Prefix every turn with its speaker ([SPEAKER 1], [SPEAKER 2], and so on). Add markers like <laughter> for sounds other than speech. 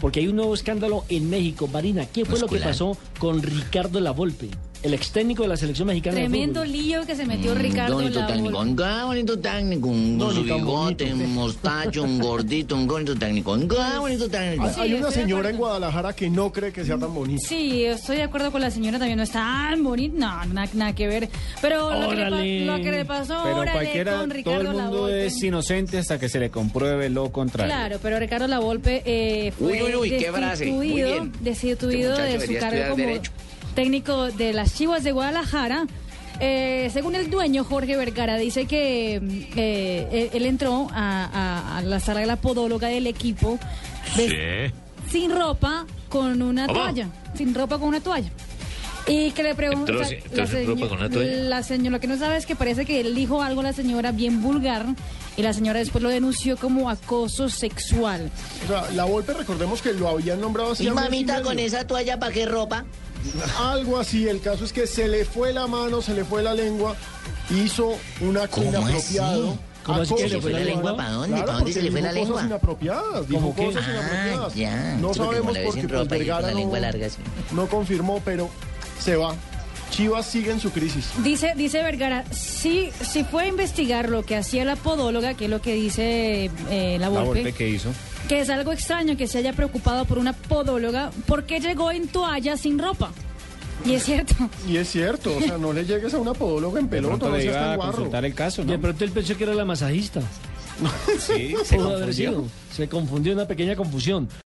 [SPEAKER 1] porque hay un nuevo escándalo en México. Marina, ¿qué fue lo que
[SPEAKER 2] Muscular.
[SPEAKER 1] pasó con Ricardo Lavolpe, el ex técnico de la selección mexicana
[SPEAKER 3] Tremendo
[SPEAKER 1] de fútbol?
[SPEAKER 3] lío que se
[SPEAKER 2] Mm,
[SPEAKER 3] metió Ricardo
[SPEAKER 2] bonito técnico,
[SPEAKER 3] Lavolpe.
[SPEAKER 2] un gran bonito técnico, un
[SPEAKER 1] No,
[SPEAKER 2] con su
[SPEAKER 1] ni tan
[SPEAKER 2] bigote,
[SPEAKER 1] bonito.
[SPEAKER 2] un mostacho, un gordito, un bonito técnico, un gran bonito técnico.
[SPEAKER 4] Hay,
[SPEAKER 3] Sí,
[SPEAKER 4] hay una
[SPEAKER 3] estoy de
[SPEAKER 4] señora
[SPEAKER 3] acuerdo.
[SPEAKER 4] en Guadalajara que no cree que sea tan bonita.
[SPEAKER 3] Sí, estoy de acuerdo con la señora, también no está tan bonita, no, nada, nada que ver. Pero lo que, le,
[SPEAKER 1] Órale.
[SPEAKER 3] pa- lo que le pasó
[SPEAKER 5] Pero
[SPEAKER 3] órale,
[SPEAKER 5] cualquiera,
[SPEAKER 3] con
[SPEAKER 5] todo
[SPEAKER 3] Ricardo
[SPEAKER 5] el mundo
[SPEAKER 3] Lavolpe.
[SPEAKER 5] es inocente hasta que se le compruebe lo contrario.
[SPEAKER 3] Claro, pero Ricardo Lavolpe eh, fue
[SPEAKER 2] Uy, uy, uy, qué frase. Muy
[SPEAKER 3] destituido,
[SPEAKER 2] bien. Este
[SPEAKER 3] destituido
[SPEAKER 2] muchacho
[SPEAKER 3] de su
[SPEAKER 2] debería
[SPEAKER 3] cargo
[SPEAKER 2] estudiar
[SPEAKER 3] como
[SPEAKER 2] Derecho.
[SPEAKER 3] técnico de las Chivas de Guadalajara. Eh, según el dueño, Jorge Vergara, dice que eh, él- él entró a, a- a la sala de la podóloga del equipo ves- sin ropa con una
[SPEAKER 6] ¿Cómo?
[SPEAKER 3] toalla. Sin ropa con una toalla. Y que le preguntó.
[SPEAKER 6] Entró sin- entró sin ropa con una toalla.
[SPEAKER 3] La señora, lo que no sabe es que parece que él dijo algo a la señora bien vulgar y la señora después lo denunció como acoso sexual.
[SPEAKER 4] O sea, la Volpe, recordemos que lo habían nombrado así.
[SPEAKER 2] Y mamita con esa toalla, ¿para qué ropa?
[SPEAKER 4] <laughs> Algo así. El caso es que se le fue la mano, se le fue la lengua, hizo un acto
[SPEAKER 2] ¿Cómo
[SPEAKER 4] inapropiado.
[SPEAKER 2] así? ¿Cómo
[SPEAKER 1] así que
[SPEAKER 4] acoso
[SPEAKER 1] se le fue la
[SPEAKER 4] sexual.
[SPEAKER 1] lengua?
[SPEAKER 2] ¿Para dónde?
[SPEAKER 4] Claro,
[SPEAKER 2] ¿Para dónde
[SPEAKER 4] porque
[SPEAKER 2] se le fue la
[SPEAKER 4] dijo
[SPEAKER 2] lengua?
[SPEAKER 4] Cosas inapropiadas, dijo
[SPEAKER 1] ¿Cómo qué?
[SPEAKER 4] cosas
[SPEAKER 2] Ah,
[SPEAKER 4] inapropiadas.
[SPEAKER 2] ya.
[SPEAKER 4] No
[SPEAKER 2] Sí, porque como la
[SPEAKER 4] sabemos por
[SPEAKER 2] ves
[SPEAKER 4] qué
[SPEAKER 2] sin ropa y con
[SPEAKER 4] Vergara
[SPEAKER 2] la lengua larga,
[SPEAKER 4] no,
[SPEAKER 2] sí.
[SPEAKER 4] no confirmó, pero se va. Chivas sigue en su crisis.
[SPEAKER 3] Dice, dice Vergara, si, si fue a investigar lo que hacía la podóloga, que es lo que dice eh, la
[SPEAKER 5] La
[SPEAKER 3] Volpe,
[SPEAKER 5] golpe que hizo.
[SPEAKER 3] que es algo extraño que se haya preocupado por una podóloga, ¿por qué llegó en toalla sin ropa? Y es cierto.
[SPEAKER 4] Y es cierto, o sea, no le llegues a una podóloga en
[SPEAKER 5] De
[SPEAKER 4] pelota,
[SPEAKER 5] pronto
[SPEAKER 4] no
[SPEAKER 5] le
[SPEAKER 4] seas
[SPEAKER 5] iba
[SPEAKER 4] tan
[SPEAKER 5] a
[SPEAKER 4] guarro.
[SPEAKER 5] consultar el caso,
[SPEAKER 1] De
[SPEAKER 5] ¿no?
[SPEAKER 1] pronto él pensó que era la masajista.
[SPEAKER 5] Sí,
[SPEAKER 3] <laughs>
[SPEAKER 1] Pudo haber sido. Se confundió una pequeña confusión.